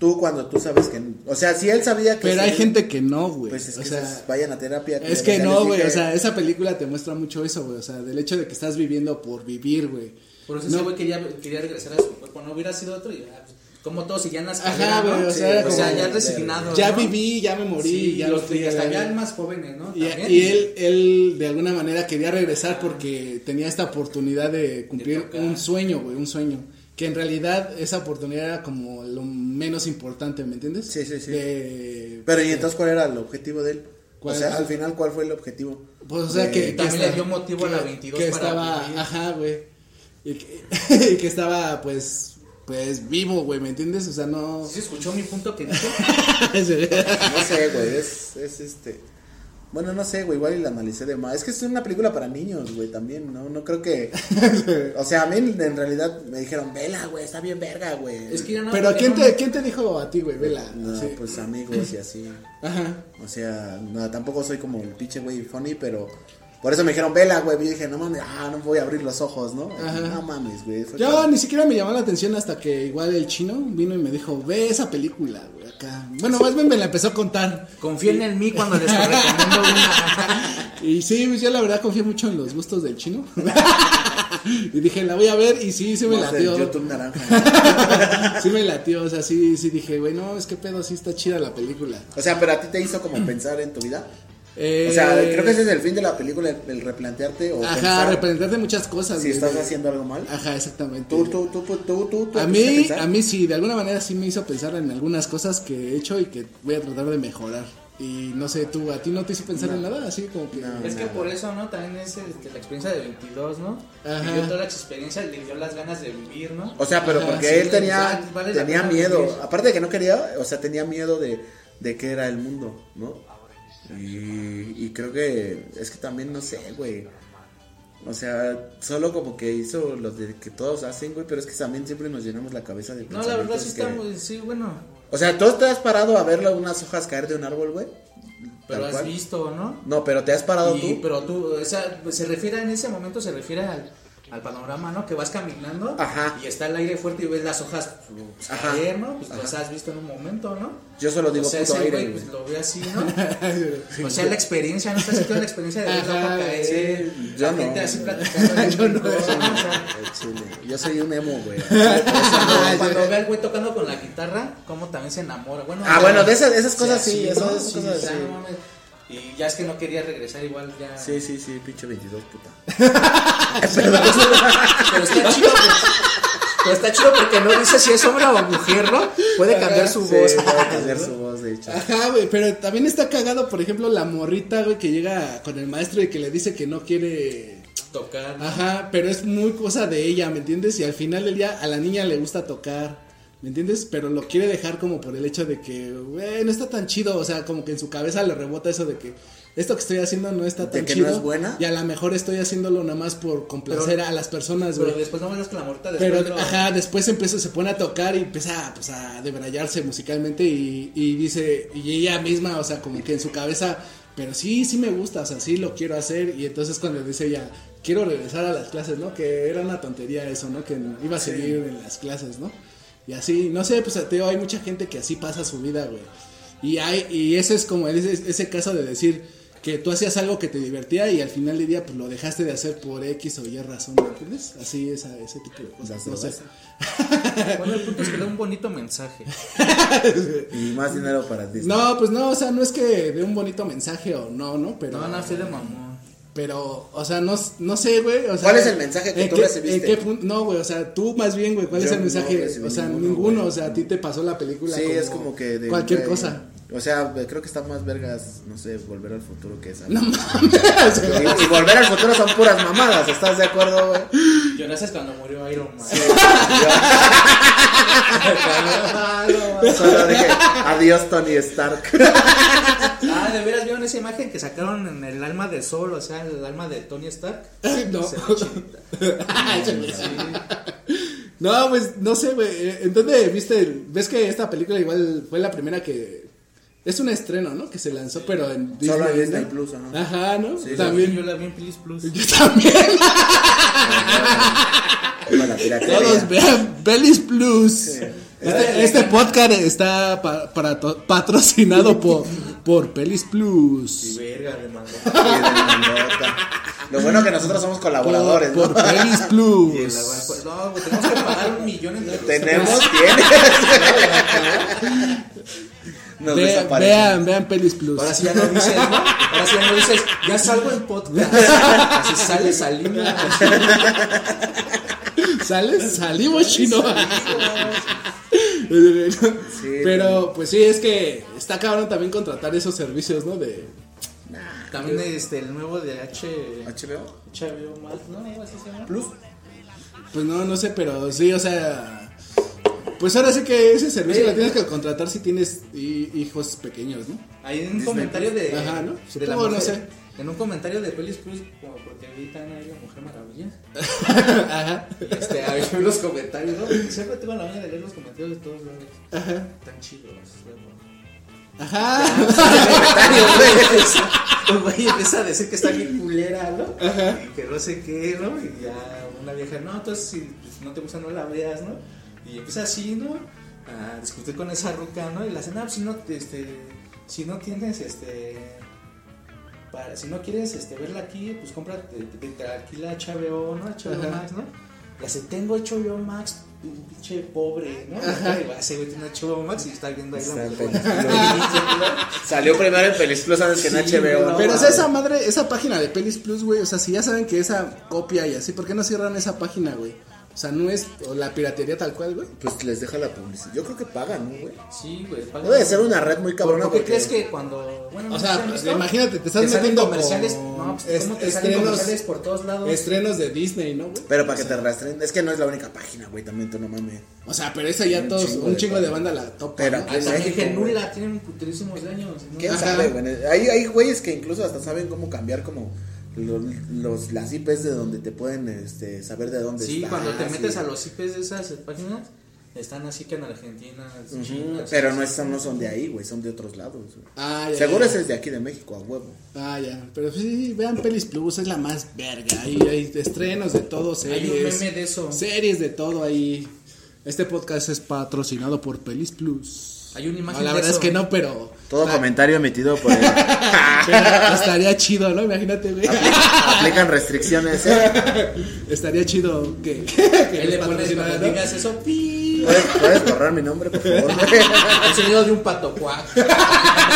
[SPEAKER 4] tú cuando tú sabes que... O sea, si él sabía que...
[SPEAKER 6] Pero hay
[SPEAKER 4] sí,
[SPEAKER 6] gente que no, güey.
[SPEAKER 4] Pues es que
[SPEAKER 6] o sea,
[SPEAKER 4] esas- vayan a terapia. ya-
[SPEAKER 6] es que
[SPEAKER 4] ya
[SPEAKER 6] no,
[SPEAKER 4] les
[SPEAKER 6] güey,
[SPEAKER 4] dije-
[SPEAKER 6] o sea, esa película te muestra mucho eso, güey, o sea, del hecho de que estás viviendo por vivir, güey.
[SPEAKER 7] Por eso
[SPEAKER 6] No.
[SPEAKER 7] ese güey quería, quería regresar a su cuerpo, no hubiera sido otro, y ya, pues, como todos seguían las
[SPEAKER 6] Ajá,
[SPEAKER 7] carreras, ¿no?
[SPEAKER 6] güey, o
[SPEAKER 7] Sí,
[SPEAKER 6] sea,
[SPEAKER 7] o sea,
[SPEAKER 6] como-
[SPEAKER 7] ya resignado.
[SPEAKER 6] Ya
[SPEAKER 7] ¿no?
[SPEAKER 6] viví, ya me morí,
[SPEAKER 7] Sí,
[SPEAKER 6] ya
[SPEAKER 7] los
[SPEAKER 6] estoy-
[SPEAKER 7] que hasta ya más jóvenes, ¿no?
[SPEAKER 6] Y,
[SPEAKER 7] También.
[SPEAKER 6] y él, él de alguna manera quería regresar porque tenía esta oportunidad de
[SPEAKER 7] De
[SPEAKER 6] cumplir
[SPEAKER 7] tocar.
[SPEAKER 6] un sueño, güey, un sueño. Que en realidad esa oportunidad era como lo menos importante, ¿me entiendes?
[SPEAKER 4] Sí, sí, sí.
[SPEAKER 6] De-
[SPEAKER 4] Pero ¿y entonces cuál era el objetivo de él? O
[SPEAKER 6] ¿Cuál?
[SPEAKER 4] sea, al final, ¿cuál fue el objetivo?
[SPEAKER 6] Pues, o sea,
[SPEAKER 4] De-
[SPEAKER 6] que... que
[SPEAKER 7] también le
[SPEAKER 6] esta-
[SPEAKER 7] dio motivo a la 22
[SPEAKER 6] que
[SPEAKER 7] para
[SPEAKER 6] estaba,
[SPEAKER 7] vivir.
[SPEAKER 6] Ajá, güey. Y que, y que [laughs] estaba, pues, pues vivo, güey, ¿me entiendes? O sea, no... [laughs]
[SPEAKER 7] ¿Sí escuchó mi punto que dije?
[SPEAKER 6] Ese-
[SPEAKER 4] No sé, güey, es, es este... Bueno, no sé, güey, igual y la analicé de más. Es que es una película para niños, güey, también, ¿no? No creo
[SPEAKER 6] [laughs]
[SPEAKER 4] que... o sea, a mí en realidad me dijeron, vela, güey, está bien verga, güey.
[SPEAKER 7] Es que ya no.
[SPEAKER 6] [laughs] Pero
[SPEAKER 7] ya
[SPEAKER 6] ¿quién
[SPEAKER 7] no-
[SPEAKER 6] te, ¿quién te dijo a ti, güey? Vela.
[SPEAKER 4] No,
[SPEAKER 6] así.
[SPEAKER 4] pues
[SPEAKER 6] [clears throat]
[SPEAKER 4] amigos y así.
[SPEAKER 6] Ajá.
[SPEAKER 4] O sea, no, tampoco soy como un pinche güey funny, pero... Por eso me dijeron, vela, güey. Y yo dije, no mames, ah, no voy a abrir los ojos, ¿no?
[SPEAKER 6] Ajá.
[SPEAKER 4] No mames, güey.
[SPEAKER 7] Pues,
[SPEAKER 4] fue
[SPEAKER 6] Yo
[SPEAKER 4] como-
[SPEAKER 6] ni siquiera me llamó la atención hasta que igual el chino vino y me dijo, ve esa película, güey, acá. Bueno, más bien me la empezó a contar.
[SPEAKER 7] Confíen en mí cuando les
[SPEAKER 4] [laughs]
[SPEAKER 7] recomiendo una.
[SPEAKER 6] Y sí, pues yo la verdad confié mucho en los gustos del chino. [laughs] y dije, la voy a ver y sí, sí me
[SPEAKER 4] Vamos a hacer
[SPEAKER 6] latió.
[SPEAKER 4] YouTube naranja.
[SPEAKER 6] sí me latió, o sea, sí, sí dije, güey, no, es que pedo, sí está chida la película.
[SPEAKER 4] o sea, pero a ti te hizo
[SPEAKER 6] [clears throat]
[SPEAKER 4] como pensar en tu vida.
[SPEAKER 6] Eh,
[SPEAKER 4] O sea, creo que ese es el fin de la película, el, el replantearte o
[SPEAKER 6] Ajá,
[SPEAKER 4] pensar
[SPEAKER 6] representarte muchas cosas.
[SPEAKER 4] si
[SPEAKER 6] güey,
[SPEAKER 4] estás
[SPEAKER 6] de-
[SPEAKER 4] haciendo algo mal.
[SPEAKER 6] Ajá, exactamente.
[SPEAKER 4] Tú, tú, tú, tú, tú, tú, tú
[SPEAKER 6] a
[SPEAKER 4] empiezas
[SPEAKER 6] mí,
[SPEAKER 4] pensar.
[SPEAKER 6] a mí sí, de alguna manera sí me hizo pensar en algunas cosas que he hecho y que voy a tratar de mejorar. Y no sé, tú, a ti no te hizo pensar en nada, así como que...
[SPEAKER 4] No.
[SPEAKER 7] Es que por eso, ¿no? También es este, la experiencia de 22, ¿no?
[SPEAKER 6] Ajá.
[SPEAKER 7] Le dio todas las experiencias, le dio las ganas de vivir, ¿no?
[SPEAKER 4] O sea, pero
[SPEAKER 6] Ajá,
[SPEAKER 4] porque
[SPEAKER 6] sí,
[SPEAKER 4] él tenía,
[SPEAKER 7] pues vale- vale la
[SPEAKER 4] tenía
[SPEAKER 7] pena
[SPEAKER 4] miedo.
[SPEAKER 7] vivir.
[SPEAKER 4] Aparte de que no quería, o sea, tenía miedo de, de qué era el mundo, ¿no? Y, y creo que es que también, no sé, güey. O sea, solo como que hizo lo de que todos hacen, güey, pero es que también siempre nos llenamos la cabeza de
[SPEAKER 7] No, la verdad
[SPEAKER 4] pensamientos
[SPEAKER 7] sí está
[SPEAKER 4] que-
[SPEAKER 7] muy, sí, bueno,
[SPEAKER 4] O sea, ¿tú te has parado a ver unas hojas caer de un árbol, güey?
[SPEAKER 7] pero
[SPEAKER 4] Tal
[SPEAKER 7] has
[SPEAKER 4] cual.
[SPEAKER 7] visto, ¿no?
[SPEAKER 4] No, pero te has parado
[SPEAKER 7] Y-
[SPEAKER 4] tú.
[SPEAKER 7] Pero tú, o sea, pues, se refiere en ese momento, se refiere al, al panorama, ¿no? Que vas caminando
[SPEAKER 4] Ajá.
[SPEAKER 7] y está el aire fuerte y ves las hojas pues,
[SPEAKER 4] Ajá.
[SPEAKER 7] caer, ¿no? Pues las
[SPEAKER 4] Ajá.
[SPEAKER 7] has visto en un momento, ¿no?
[SPEAKER 4] Yo solo digo
[SPEAKER 7] o sea,
[SPEAKER 4] puto
[SPEAKER 7] ese
[SPEAKER 4] aire,
[SPEAKER 7] güey,
[SPEAKER 4] güey. [laughs]
[SPEAKER 7] pues, lo ve así, ¿no? o sea, la experiencia, ¿no? Estás sintiendo la experiencia de ver la hoja
[SPEAKER 6] Ajá,
[SPEAKER 7] caer,
[SPEAKER 4] sí,
[SPEAKER 7] la
[SPEAKER 4] yo no.
[SPEAKER 7] gente
[SPEAKER 4] [laughs]
[SPEAKER 7] así platicando. en el
[SPEAKER 6] Yo no.
[SPEAKER 7] rincón, o sea,
[SPEAKER 4] Al chile. Yo soy un emo,
[SPEAKER 7] [laughs]
[SPEAKER 4] güey. [laughs]
[SPEAKER 7] cuando, cuando ve al güey tocando con la guitarra, cómo también se enamora. Bueno,
[SPEAKER 4] Ah, bueno, de esas, esas cosas sí,
[SPEAKER 7] así,
[SPEAKER 4] esas,
[SPEAKER 7] ¿no?
[SPEAKER 4] esas
[SPEAKER 7] Sí,
[SPEAKER 4] cosas
[SPEAKER 7] o sea,
[SPEAKER 4] sí.
[SPEAKER 7] no mames. Y ya es que no quería regresar igual ya.
[SPEAKER 4] Sí, sí, sí, pinche 22, puta.
[SPEAKER 7] Pero está chido. porque- Pero está chido porque no dice si es hombre o mujer, ¿no? Puede cambiar su
[SPEAKER 4] Sí,
[SPEAKER 7] voz.
[SPEAKER 4] voy a cambiar
[SPEAKER 6] [laughs]
[SPEAKER 4] su voz, de hecho.
[SPEAKER 6] Ajá, güey, pero también está cagado, por ejemplo, la morrita, güey, que llega con el maestro y que le dice que no quiere...
[SPEAKER 7] Tocar. ¿no?
[SPEAKER 6] Ajá, pero es muy cosa de ella, ¿me entiendes? Y al final del día a la niña le gusta tocar, ¿me entiendes? Pero lo quiere dejar como por el hecho de que, güey, no está tan chido, o sea, como que en su cabeza le rebota eso de que esto que estoy haciendo no está
[SPEAKER 4] ¿De
[SPEAKER 6] tan
[SPEAKER 4] que no
[SPEAKER 6] chido.
[SPEAKER 4] es buena?
[SPEAKER 6] Y a lo mejor estoy haciéndolo nada más por complacer
[SPEAKER 7] Pero-
[SPEAKER 6] a las personas,
[SPEAKER 7] Pero
[SPEAKER 6] güey.
[SPEAKER 7] después no me digas que la morta después.
[SPEAKER 6] Pero,
[SPEAKER 7] lo-
[SPEAKER 6] ajá, después empieza, se pone a tocar y empieza pues, a debrayarse musicalmente y, y dice, y ella misma, o sea, como que en su cabeza, pero sí, sí me gusta, o sea, sí lo quiero hacer. Y entonces cuando dice ella, quiero regresar a las clases, ¿no? Que era una tontería eso, ¿no? Que iba a seguir en las clases, ¿no? Y así, no sé, pues te digo, hay mucha gente que así pasa su vida, güey. Y, hay, y ese es como ese, ese caso de decir que tú hacías algo que te divertía y al final del día pues lo dejaste de hacer por X o Y razón, ¿me entiendes? Así esa, ese tipo de cosas.
[SPEAKER 4] Las
[SPEAKER 6] No sé.
[SPEAKER 4] drogas.
[SPEAKER 7] Bueno, el punto es que le da un bonito mensaje.
[SPEAKER 4] Y más dinero para Disney.
[SPEAKER 6] No, pues no, o sea, no es que dé un bonito mensaje o no, ¿no? Pero,
[SPEAKER 7] No, no, estoy de mamón.
[SPEAKER 6] pero o sea, no, no sé, güey. O sea,
[SPEAKER 4] ¿Cuál es el mensaje que
[SPEAKER 6] ¿en
[SPEAKER 4] tú
[SPEAKER 6] qué-
[SPEAKER 4] recibiste?
[SPEAKER 6] en qué punto? No, güey, o sea, tú más bien, güey, ¿cuál
[SPEAKER 4] Yo
[SPEAKER 6] es el
[SPEAKER 4] no
[SPEAKER 6] mensaje?
[SPEAKER 4] recibí
[SPEAKER 6] o sea,
[SPEAKER 4] ninguno,
[SPEAKER 6] ninguno,
[SPEAKER 4] güey.
[SPEAKER 6] o sea, a ti te pasó la película.
[SPEAKER 4] Sí, es como que de
[SPEAKER 6] Cualquier
[SPEAKER 4] güey,
[SPEAKER 6] cosa.
[SPEAKER 4] O sea, creo que está más vergas, no sé, volver al futuro que esa.
[SPEAKER 6] No mames, güey.
[SPEAKER 4] Y, y volver al futuro son puras mamadas, ¿estás de acuerdo,
[SPEAKER 6] [laughs]
[SPEAKER 4] güey?
[SPEAKER 7] Lloraste cuando murió Iron Man.
[SPEAKER 4] [laughs] Solo dije, adiós Tony Stark.
[SPEAKER 7] Ah, de veras vieron esa imagen que sacaron en el alma de Sol, o sea, el alma de Tony Stark.
[SPEAKER 6] [laughs] No.
[SPEAKER 7] Se ve chidita.
[SPEAKER 6] No, pues no sé, güey. eh, ¿En dónde viste? el- ¿Ves que esta película igual fue la primera que. Es un estreno, ¿no? Que se lanzó, pero en Disney.
[SPEAKER 4] Solo en
[SPEAKER 6] ¿no?
[SPEAKER 4] Disney Plus, ajá.
[SPEAKER 6] Ajá, ¿no?
[SPEAKER 4] Sí,
[SPEAKER 6] también.
[SPEAKER 7] Yo la vi en Pilis Plus.
[SPEAKER 6] Yo [laughs] también.
[SPEAKER 4] Para la piratería.
[SPEAKER 6] Todos vean Belis Plus. Este, este podcast está pa- para to- patrocinado por, por Pelis
[SPEAKER 7] Y
[SPEAKER 6] Plus.
[SPEAKER 7] verga, le mandó.
[SPEAKER 4] Y de mandota. Lo bueno que nosotros somos colaboradores,
[SPEAKER 6] Por,
[SPEAKER 4] ¿no?
[SPEAKER 6] por Pelis
[SPEAKER 7] Y el agua-
[SPEAKER 6] Plus.
[SPEAKER 7] pues, No, güey, tenemos que pagar un millón entre [laughs]
[SPEAKER 4] Tenemos, tienes. Nos
[SPEAKER 6] Ve-
[SPEAKER 4] desaparecen.
[SPEAKER 6] vean, vean Pelis Plus.
[SPEAKER 7] Ahora sí ya no dices, ¿no? Ahora sí ya no dices, ya salgo en podcast. Así sale, salimos.
[SPEAKER 6] ¿Sales? Salimos chino. [laughs] Pero pues sí, es que está cabrón también contratar esos servicios, ¿no? De
[SPEAKER 7] También este, el nuevo de H.
[SPEAKER 4] HBO.
[SPEAKER 7] HBO Max, ¿no? Algo así se llama.
[SPEAKER 6] pues no, no sé, pero sí, o sea, Pues ahora sí que ese servicio lo tienes que contratar si tienes hi- hijos pequeños, ¿no?
[SPEAKER 7] Ahí en un
[SPEAKER 4] Disney
[SPEAKER 7] comentario de.
[SPEAKER 6] Ajá, ¿no?
[SPEAKER 7] de la
[SPEAKER 6] Supongo, no
[SPEAKER 7] mujer-
[SPEAKER 6] sé.
[SPEAKER 7] En un comentario de Pelis Plus, como porque ahorita no hay la Mujer Maravilla.
[SPEAKER 6] Ajá.
[SPEAKER 7] Y este, ahí veo los comentarios, ¿no? Siempre tengo la mañana de leer los comentarios de todos lados. Ajá. Tan chidos, luego.
[SPEAKER 6] Ajá.
[SPEAKER 7] Un pues. güey empieza a decir que está bien culera, ¿no? Y que no sé qué, ¿no? Y ya una vieja, no, entonces si pues, no te gusta no la veas, ¿no? Y empieza así, ¿no? A discutir con esa ruca, ¿no? Y la cena, si no, este, si no tienes, este, para, si no quieres este, verla aquí, pues compra, te, te- te alquila HBO, ¿no? HBO
[SPEAKER 6] Ajá.
[SPEAKER 7] Max, ¿no? Y hace, tengo HBO Max, tu pinche pobre, ¿no? Y va, Ese güey tiene HBO Max y está viendo ahí la [laughs]
[SPEAKER 5] Salió primero en Pelis Plus antes que en
[SPEAKER 7] Sí,
[SPEAKER 5] HBO.
[SPEAKER 6] Pero o sea,
[SPEAKER 4] Ah,
[SPEAKER 6] esa madre, esa página de Pelis Plus, güey, o sea, si ya saben que esa copia y así, ¿por qué no cierran esa página, güey? O sea, no es o la piratería tal cual, güey.
[SPEAKER 4] Pues les deja la publicidad. Yo creo que pagan, ¿no, güey?
[SPEAKER 7] Sí, güey. paga-
[SPEAKER 4] Debe de ser una red muy cabrona.
[SPEAKER 7] ¿Por qué
[SPEAKER 4] porque-
[SPEAKER 7] crees que cuando.? Bueno,
[SPEAKER 6] O
[SPEAKER 7] no
[SPEAKER 6] sea,
[SPEAKER 7] sé,
[SPEAKER 6] pues,
[SPEAKER 7] ¿no?
[SPEAKER 6] imagínate, te estás
[SPEAKER 7] salen
[SPEAKER 6] metiendo
[SPEAKER 7] comerciales.
[SPEAKER 6] con
[SPEAKER 7] No, pues, ¿cómo te
[SPEAKER 6] est-
[SPEAKER 7] salen
[SPEAKER 6] estrenos-
[SPEAKER 7] comerciales por todos lados?
[SPEAKER 6] Estrenos de Disney, ¿no, güey?
[SPEAKER 4] Pero para que te rastreen. Es que no es la única página, güey. También tú no mames.
[SPEAKER 6] O sea, pero esa ya todos,
[SPEAKER 4] chingo
[SPEAKER 6] un
[SPEAKER 4] de
[SPEAKER 6] chingo de banda la topa.
[SPEAKER 4] Pero-
[SPEAKER 6] ¿no?
[SPEAKER 7] Ah, también
[SPEAKER 4] México,
[SPEAKER 7] que
[SPEAKER 4] güey.
[SPEAKER 7] nula, tienen puterísimos de años. ¿no?
[SPEAKER 4] ¿Quién
[SPEAKER 6] Ajá.
[SPEAKER 4] sabe, güey? Hay, hay güeyes que incluso hasta saben cómo cambiar como lo- los, las IPs de donde te pueden este, saber de dónde
[SPEAKER 7] Sí,
[SPEAKER 4] estás,
[SPEAKER 7] cuando te
[SPEAKER 4] y-
[SPEAKER 7] metes a los IPs de esas páginas, están así que en Argentina,
[SPEAKER 4] Ujú,
[SPEAKER 7] China.
[SPEAKER 4] Pero
[SPEAKER 7] sí,
[SPEAKER 4] no,
[SPEAKER 7] sí.
[SPEAKER 4] es- no son de ahí, güey. Son de otros lados, güey.
[SPEAKER 6] Ah, ya,
[SPEAKER 4] Seguro
[SPEAKER 6] ya.
[SPEAKER 4] ese es de aquí de México, a huevo.
[SPEAKER 6] Ah, ya. Pero sí, vean Pelis Plus, es la más verga. Ahí hay estrenos de todo, series.
[SPEAKER 7] meme de eso.
[SPEAKER 6] Series de todo ahí. Este podcast es patrocinado por Pelis Plus.
[SPEAKER 7] Hay una imagen
[SPEAKER 6] No, la
[SPEAKER 7] de
[SPEAKER 6] verdad
[SPEAKER 7] eso.
[SPEAKER 6] es que no,
[SPEAKER 4] [laughs]
[SPEAKER 6] pero.
[SPEAKER 4] Todo
[SPEAKER 7] Ah.
[SPEAKER 4] comentario emitido por el-
[SPEAKER 6] pero estaría chido, ¿no? Imagínate,
[SPEAKER 4] Ah,
[SPEAKER 6] güey.
[SPEAKER 4] aplican restricciones. ¿eh?
[SPEAKER 6] Estaría chido que. [laughs] que
[SPEAKER 7] Ahí le
[SPEAKER 6] nos
[SPEAKER 7] pones
[SPEAKER 6] patrocinara,
[SPEAKER 7] cuando
[SPEAKER 6] ¿no?
[SPEAKER 7] digas eso, pi.
[SPEAKER 4] ¿Puedes, puedes borrar mi nombre, por favor. [laughs] güey?
[SPEAKER 7] [laughs] El sonido de un pato cuac. [laughs]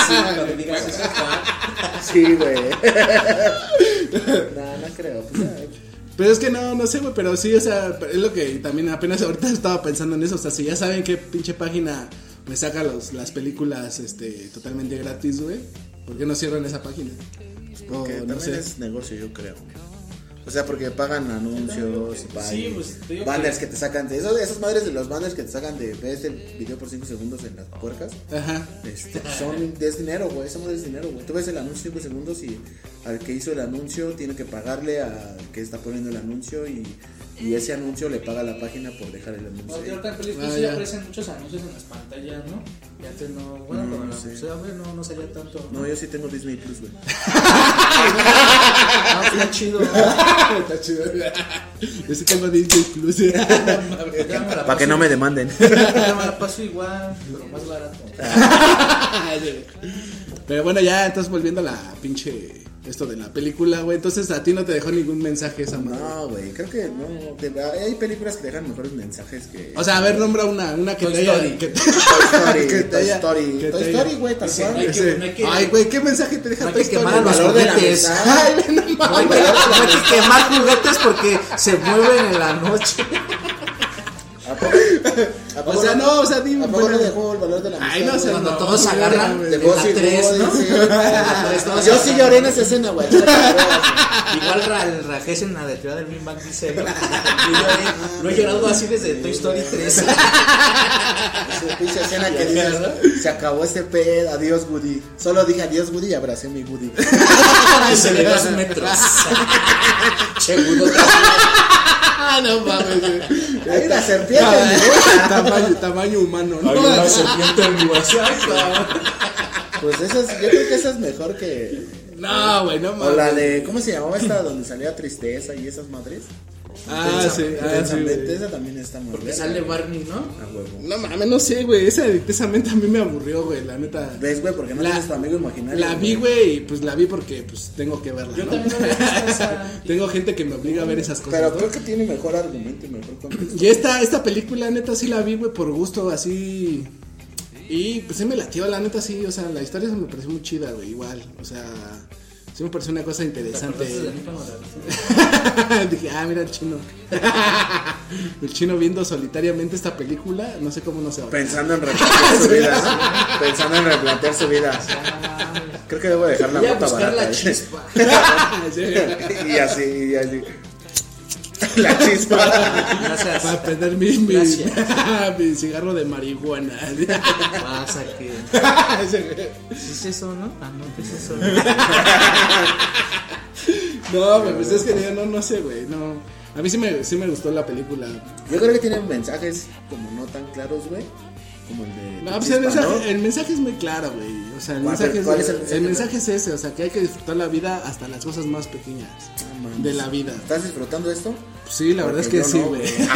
[SPEAKER 7] Sí, cuando digas
[SPEAKER 6] Pues,
[SPEAKER 7] eso, cuac.
[SPEAKER 4] Sí, güey. No, no creo. pues, ay.
[SPEAKER 6] Pero es que no, no sé, güey, pero sí, o sea, es lo que también apenas ahorita estaba pensando en eso, o sea, si ya saben qué pinche página me saca los, las películas este, totalmente gratis, güey, ¿por qué no cierran esa página? O,
[SPEAKER 4] Porque
[SPEAKER 6] no
[SPEAKER 4] también
[SPEAKER 6] sé.
[SPEAKER 4] es negocio, yo creo. O sea, porque pagan anuncios, y
[SPEAKER 7] Sí, pues, te digo
[SPEAKER 4] banners que... te sacan de esos, esas madres de los banners que te sacan de ves el video por 5 segundos en las puercas.
[SPEAKER 6] Ajá. [laughs]
[SPEAKER 4] Este, son es dinero, güey, esa madre es dinero, güey. Tú ves el anuncio 5 segundos y al que hizo el anuncio tiene que pagarle al que está poniendo el anuncio y, y ese anuncio le paga a la página por dejar el anuncio.
[SPEAKER 7] Porque
[SPEAKER 4] ahí.
[SPEAKER 7] ahorita en películas
[SPEAKER 6] Ah,
[SPEAKER 7] sí
[SPEAKER 6] ya.
[SPEAKER 7] aparecen muchos anuncios en las pantallas, ¿no? Y antes no, bueno,
[SPEAKER 4] No,
[SPEAKER 7] cuando la
[SPEAKER 4] sí.
[SPEAKER 7] publicidad, güey, no, Mm, no salía tanto.
[SPEAKER 4] No,
[SPEAKER 7] [laughs]
[SPEAKER 4] yo sí tengo Disney Plus, güey.
[SPEAKER 7] Ah, está chido. [laughs]
[SPEAKER 6] Está chido. [laughs] Yo sí tengo Disney Plus. [laughs]
[SPEAKER 4] Para que no me demanden.
[SPEAKER 7] [laughs] Ya me la paso igual, pero más [laughs] barato.
[SPEAKER 6] Pero bueno, ya, entonces volviendo a la pinche esto de la película, güey, entonces a ti no te dejó ningún mensaje esa madre.
[SPEAKER 4] No, güey, creo que no. de- hay películas que dejan mejores mensajes que.
[SPEAKER 6] O sea, a ver, nombra una, una que
[SPEAKER 7] Toy
[SPEAKER 6] te haya...
[SPEAKER 7] Story.
[SPEAKER 6] que te-
[SPEAKER 4] Toy Story,
[SPEAKER 6] que te
[SPEAKER 4] Toy
[SPEAKER 6] haya-
[SPEAKER 4] Story,
[SPEAKER 6] que
[SPEAKER 4] Toy
[SPEAKER 6] te
[SPEAKER 4] Story,
[SPEAKER 6] haya-
[SPEAKER 4] güey, tal
[SPEAKER 7] Dicen,
[SPEAKER 4] cual.
[SPEAKER 7] hay
[SPEAKER 6] Ese-
[SPEAKER 7] que- no hay que-
[SPEAKER 6] Ay, güey, ¿qué mensaje te deja
[SPEAKER 7] no hay
[SPEAKER 6] Toy
[SPEAKER 7] que
[SPEAKER 6] Story?
[SPEAKER 7] quemar a los
[SPEAKER 4] valor de la
[SPEAKER 7] juguetes.
[SPEAKER 4] amistad.
[SPEAKER 6] Ay, [laughs] no mames.
[SPEAKER 7] No hay que quemar juguetes porque se mueven en la noche.
[SPEAKER 4] ¿A poco- a poco
[SPEAKER 6] O sea, no, o sea, dime.
[SPEAKER 4] ¿A poco
[SPEAKER 6] bueno,
[SPEAKER 4] [laughs] no dejó el valor de la amistad?
[SPEAKER 6] Ay, no sé.
[SPEAKER 7] Cuando
[SPEAKER 6] no,
[SPEAKER 7] todos
[SPEAKER 6] güey,
[SPEAKER 7] agarran
[SPEAKER 6] güey.
[SPEAKER 4] güey? Dejó
[SPEAKER 7] La
[SPEAKER 4] sin
[SPEAKER 7] tres,
[SPEAKER 4] gol,
[SPEAKER 7] ¿no?
[SPEAKER 6] [laughs]
[SPEAKER 4] sí.
[SPEAKER 7] La tres, todos
[SPEAKER 4] Yo sí
[SPEAKER 7] agarran.
[SPEAKER 4] lloré en esa escena, güey. Yo la lloré, güey.
[SPEAKER 7] [laughs] Igual Ra- el Rajesh en la de teoría del Green Bank dice: [laughs] ¿no? Y yo, eh, No he llorado así desde Toy Story [laughs] 3.
[SPEAKER 4] Esa
[SPEAKER 6] [laughs]
[SPEAKER 4] pinche escena que dices, se acabó este pedo, adiós Woody. Solo dije adiós Woody y abracé a mi
[SPEAKER 6] [laughs]
[SPEAKER 4] Woody.
[SPEAKER 7] Y se le dos [laughs] metros. Che, Gudo,
[SPEAKER 6] Ah, no mames. güey.
[SPEAKER 4] Hay una serpiente en mi
[SPEAKER 6] Ay, tamaño, tamaño humano, ¿no?
[SPEAKER 7] serpiente en mi WhatsApp.
[SPEAKER 4] Pues esa es, yo creo que esa es mejor que.
[SPEAKER 6] No, güey, no
[SPEAKER 4] O
[SPEAKER 6] mames.
[SPEAKER 4] la de. ¿Cómo se llamaba esta? Donde salía tristeza y esas madres.
[SPEAKER 6] Ah, sí, ah, sí.
[SPEAKER 4] Intensamente,
[SPEAKER 6] güey.
[SPEAKER 4] esa también está muy
[SPEAKER 7] Porque
[SPEAKER 4] buena.
[SPEAKER 7] sale Barney, ¿no?
[SPEAKER 4] A huevo.
[SPEAKER 6] No mames, no sé, güey. Esa de Tesamente a mí me aburrió, güey, la neta.
[SPEAKER 4] ¿Ves, güey? Porque no
[SPEAKER 6] La-
[SPEAKER 4] tienes tu amigo imaginario.
[SPEAKER 6] La vi, güey, y pues la vi porque pues tengo que verla.
[SPEAKER 7] Yo
[SPEAKER 6] ¿no?
[SPEAKER 7] también me gusta esa.
[SPEAKER 6] [laughs] Tengo gente que me obliga a ver esas cosas.
[SPEAKER 4] Pero
[SPEAKER 6] ¿no?
[SPEAKER 4] creo que tiene mejor argumento y mejor contexto.
[SPEAKER 6] Y esta, esta película, neta, sí la vi, güey, por gusto, así. Y pues sí me latió, la neta, sí. O sea, la historia se me pareció muy chida, güey, igual. O sea, sí me pareció una cosa interesante.
[SPEAKER 7] Entonces, de mí cuando la
[SPEAKER 6] [laughs]
[SPEAKER 7] viste.
[SPEAKER 6] Dije, ah, mira el chino. el chino viendo solitariamente esta película, no sé cómo no se va.
[SPEAKER 4] Pensando en replantear su vida. ¿no? Pensando en replantear su vida. Creo que debo dejar la ¿eh?
[SPEAKER 7] Voy a
[SPEAKER 4] moto [laughs]
[SPEAKER 7] [laughs] buscar
[SPEAKER 6] [laughs]
[SPEAKER 4] barata.
[SPEAKER 7] la
[SPEAKER 4] ¿eh?
[SPEAKER 7] chispa.
[SPEAKER 6] Sí.
[SPEAKER 4] y así, y así. La chispa.
[SPEAKER 7] Gracias.
[SPEAKER 6] Para prender mi, mi,
[SPEAKER 7] Gracias.
[SPEAKER 6] [laughs] mi cigarro de
[SPEAKER 7] [laughs]
[SPEAKER 6] marihuana.
[SPEAKER 7] Pasa que. ¿Sí es eso, no? Ah, no, ¿qué es [laughs] eso?
[SPEAKER 6] no, güey, pues es que yo no, no sé, güey. No. A mí sí me, sí me gustó la película.
[SPEAKER 4] Yo creo que tienen mensajes como no tan claros, güey. Como el de.
[SPEAKER 6] No,
[SPEAKER 4] tu
[SPEAKER 6] pues
[SPEAKER 4] chispa,
[SPEAKER 6] el, mensaje,
[SPEAKER 4] ¿no?
[SPEAKER 6] el mensaje es muy claro, güey. O sea, el
[SPEAKER 4] ¿Cuál-
[SPEAKER 6] mensaje,
[SPEAKER 4] cuál
[SPEAKER 6] es,
[SPEAKER 4] es el mensaje?
[SPEAKER 6] mensaje es ese, o sea, que hay que disfrutar la vida hasta las cosas más pequeñas de la vida.
[SPEAKER 4] ¿Estás disfrutando esto?
[SPEAKER 6] Pues sí, la verdad es
[SPEAKER 4] Porque
[SPEAKER 6] que
[SPEAKER 4] yo
[SPEAKER 6] sí,
[SPEAKER 4] no, [laughs]
[SPEAKER 6] güey.
[SPEAKER 4] güey.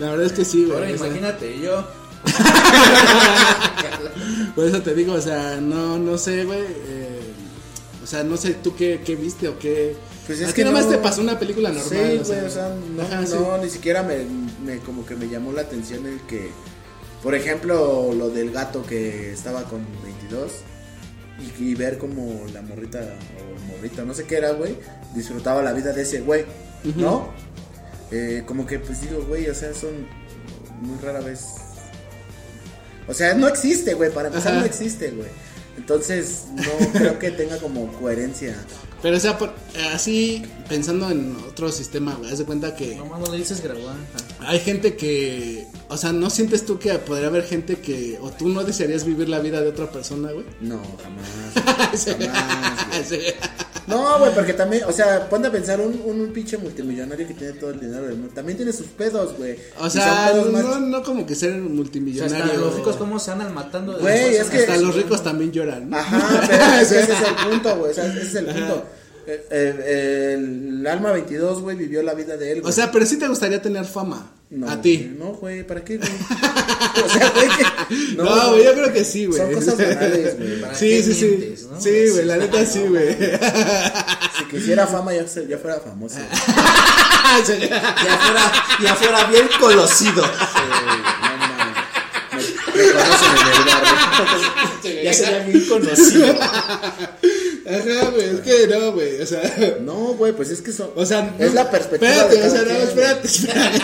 [SPEAKER 6] la verdad es que sí,
[SPEAKER 7] Ahora
[SPEAKER 6] güey. O sea,
[SPEAKER 7] imagínate yo.
[SPEAKER 6] Por eso te digo, o sea, no, no sé, güey. eh, o sea, no sé tú qué, qué viste o qué.
[SPEAKER 4] Pues
[SPEAKER 6] a
[SPEAKER 4] es
[SPEAKER 6] ti
[SPEAKER 4] que
[SPEAKER 6] nada más
[SPEAKER 4] no-
[SPEAKER 6] te pasó una película normal.
[SPEAKER 4] Sí, güey, o sea, no,
[SPEAKER 6] ajá, sí.
[SPEAKER 4] no, ni siquiera me, me- como que me llamó la atención el que, por ejemplo, lo del gato que estaba con 22 y, y ver como la morrita o morrita, no sé qué era, güey, disfrutaba la vida de ese güey, ¿no? Eh, como que pues digo, güey, o sea, son muy rara vez. O sea, no existe, güey, para empezar
[SPEAKER 6] Ajá.
[SPEAKER 4] no existe, güey. Entonces, no creo que tenga como coherencia.
[SPEAKER 6] Pero, o sea, por- eh, así pensando en otro sistema, güey, haz de cuenta que
[SPEAKER 7] Nomás no le dices grabar.
[SPEAKER 6] hay gente que. O sea, ¿no sientes tú que podría haber gente que. O tú no desearías vivir la vida de otra persona, güey? [laughs]
[SPEAKER 4] No, jamás.
[SPEAKER 6] Sí.
[SPEAKER 4] jamás, güey.
[SPEAKER 6] Sí.
[SPEAKER 4] No, güey, porque también, o sea, ponte a pensar, un, un, un pinche multimillonario que tiene todo el dinero del mundo, también tiene sus pedos, güey.
[SPEAKER 6] [laughs] O
[SPEAKER 4] Y
[SPEAKER 6] sea,
[SPEAKER 4] son pedos más-
[SPEAKER 6] no, no como que ser
[SPEAKER 7] O sea, hasta
[SPEAKER 6] multimillonario.
[SPEAKER 7] los ricos cómo se andan matando de
[SPEAKER 4] Güey,
[SPEAKER 7] cosas.
[SPEAKER 4] es que- Ah.
[SPEAKER 6] Hasta los ricos también lloran. ¿no?
[SPEAKER 4] Ajá,
[SPEAKER 6] [laughs]
[SPEAKER 4] pero es que ese es el punto, güey, o sea, ese es el punto. Eh, eh, el Alma 22, güey, vivió la vida de él,
[SPEAKER 6] O
[SPEAKER 4] güey.
[SPEAKER 6] sea, pero sí te gustaría tener fama.
[SPEAKER 4] No,
[SPEAKER 6] a ti.
[SPEAKER 4] güey, No, güey, ¿para qué, güey? O sea, güey, que-
[SPEAKER 6] [laughs] No, güey, yo creo que sí, güey.
[SPEAKER 4] Son cosas banales, güey.
[SPEAKER 6] [laughs]
[SPEAKER 7] ¿Para
[SPEAKER 6] Sí,
[SPEAKER 7] qué
[SPEAKER 6] sí, sí.
[SPEAKER 7] mientes, no?
[SPEAKER 6] Sí, güey, la neta sí,
[SPEAKER 7] [laughs]
[SPEAKER 6] güey. [laughs]
[SPEAKER 4] Si quisiera fama, ya, se- ya fuera famoso. güey.
[SPEAKER 6] Ah.
[SPEAKER 4] Sí,
[SPEAKER 5] Ya fuera, ya fuera bien
[SPEAKER 7] [laughs]
[SPEAKER 5] conocido.
[SPEAKER 4] no mames. Me, me conocen en el barrio.
[SPEAKER 7] Ya sería bien [laughs] conocido.
[SPEAKER 6] Ajá, güey, es que no, güey. O sea,
[SPEAKER 4] No, güey, pues es que son.
[SPEAKER 6] o sea,
[SPEAKER 4] es
[SPEAKER 6] no-
[SPEAKER 4] la perspectiva.
[SPEAKER 6] Espérate,
[SPEAKER 4] de
[SPEAKER 6] o
[SPEAKER 4] cada
[SPEAKER 6] sea, no,
[SPEAKER 4] quien, güey.
[SPEAKER 6] espérate, espérate,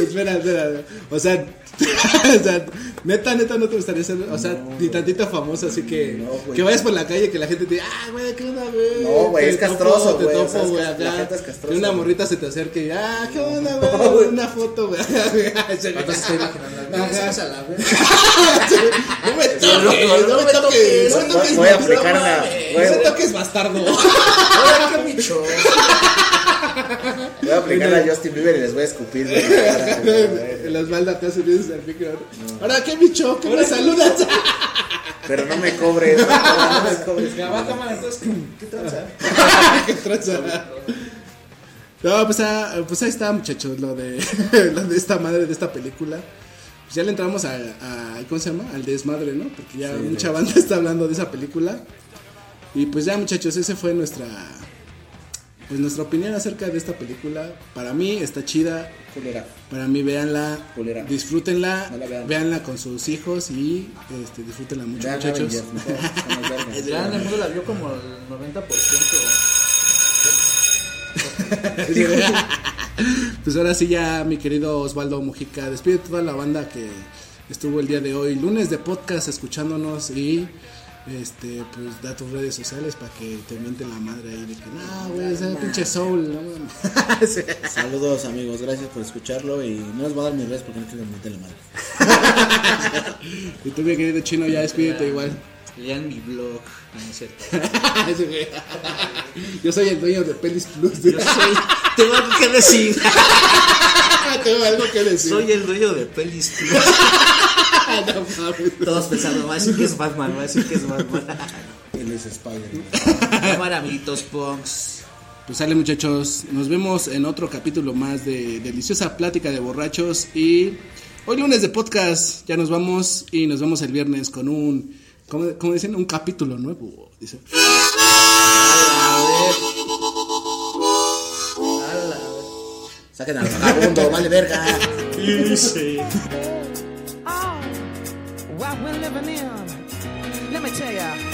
[SPEAKER 6] espérate, espera, espera. O sea, [laughs] o sea, neta, neta, no te gustaría ser, o sea, ni tantito famoso, así que
[SPEAKER 4] No, güey.
[SPEAKER 6] que vayas por la calle y que la gente te diga, ah, güey, qué onda, güey.
[SPEAKER 4] No, güey,
[SPEAKER 6] Te
[SPEAKER 4] es
[SPEAKER 6] topo,
[SPEAKER 4] castroso,
[SPEAKER 6] te
[SPEAKER 4] güey, o
[SPEAKER 6] topo,
[SPEAKER 4] sea, es
[SPEAKER 6] güey,
[SPEAKER 4] cas- la
[SPEAKER 6] acá.
[SPEAKER 4] gente es castrosa,
[SPEAKER 6] Que una
[SPEAKER 4] güey.
[SPEAKER 6] morrita se te acerque y, ah, qué onda, güey, una foto, güey. [laughs] Ajá. [laughs] No me toques, no me toques, no me toques.
[SPEAKER 4] Voy a
[SPEAKER 6] bastardo.
[SPEAKER 4] aplicar la-
[SPEAKER 6] No me
[SPEAKER 4] güey. [laughs]
[SPEAKER 6] toques, bastardo. [laughs]
[SPEAKER 4] Voy a aplicar a Justin Bieber y les voy a escupir. güey, en la cara, güey.
[SPEAKER 6] En la espalda te has subido al micro. Ahora, ¿qué bicho? ¿Qué me saludas?
[SPEAKER 4] Pero no me cobres. no me cobres.
[SPEAKER 7] Graba cámara, entonces, ¿qué tranza?
[SPEAKER 4] [laughs]
[SPEAKER 6] ¿Qué tranza? No, pues, ah, pues ahí está, muchachos, lo de, [laughs] lo de esta madre de esta película. Pues ya le entramos a, a- ¿cómo se llama? Al desmadre, ¿no? Porque ya mucha banda [laughs] está hablando de esa película. Y pues ya, muchachos, esa fue nuestra pues nuestra opinión acerca de esta película. Para mí está chida,
[SPEAKER 4] Culera.
[SPEAKER 6] para mí véanla,
[SPEAKER 4] Culera.
[SPEAKER 6] disfrútenla,
[SPEAKER 4] No la vean.
[SPEAKER 6] véanla con sus hijos y este, disfrútenla mucho,
[SPEAKER 4] Vean
[SPEAKER 6] muchachos.
[SPEAKER 4] Avengers, mejor, con las vergas.
[SPEAKER 7] Ya el mundo la vio como el 90%.
[SPEAKER 6] Pues ahora sí ya mi querido Osvaldo Mujica, despide toda la banda que estuvo el día de hoy, lunes de podcast, escuchándonos y este pues da tus redes sociales para que te mienten la madre ahí de que no güey, ese pinche soul, no mames". Sí.
[SPEAKER 4] Saludos, amigos. Gracias por escucharlo. Y no les voy a dar mis redes porque no quiero meter la mano.
[SPEAKER 6] Y tú mi querido chino ya despídete igual.
[SPEAKER 7] [laughs] Lean mi blog. No, no es cierto. [laughs]
[SPEAKER 6] Sí, güey. Yo soy el dueño de Pelis Plus.
[SPEAKER 7] Yo soy. Tengo algo que decir.
[SPEAKER 6] Tengo algo que decir.
[SPEAKER 5] Soy el dueño de Pelis Plus.
[SPEAKER 6] [laughs] No mames.
[SPEAKER 5] Todos pensando, va a decir que es Batman, va a decir que es Batman. [laughs]
[SPEAKER 4] Él es Spider.
[SPEAKER 7] Cámara, amiguitos, punks.
[SPEAKER 6] Pues sale muchachos, nos vemos en otro capítulo más de Deliciosa Plática de Borrachos y hoy lunes de podcast, ya nos vamos y nos vemos el viernes con un, como, como dicen, un capítulo nuevo. Dice.
[SPEAKER 4] Saquen al vagabundo, vale verga.
[SPEAKER 8] Oh, what we're living in. Let me tell ya.